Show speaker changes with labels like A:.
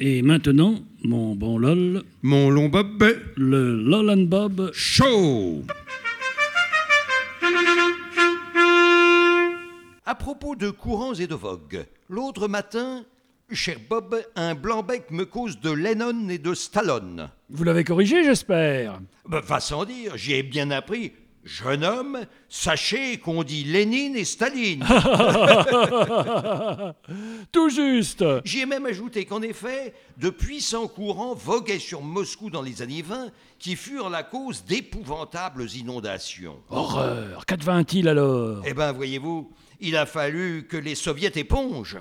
A: Et maintenant, mon bon LOL,
B: Mon long bob
A: le LOL and Bob.
B: chaud.
C: À propos de courants et de vogue, l'autre matin, cher Bob, un blanc-bec me cause de Lennon et de Stallone.
D: Vous l'avez corrigé, j'espère
C: Ben, va sans dire, j'y ai bien appris. Jeune homme, sachez qu'on dit Lénine et Staline.
D: Tout juste
C: J'y ai même ajouté qu'en effet, de puissants courants voguaient sur Moscou dans les années 20 qui furent la cause d'épouvantables inondations.
D: Horreur Qu'advint-il alors
C: Eh ben, voyez-vous, il a fallu que les soviets épongent.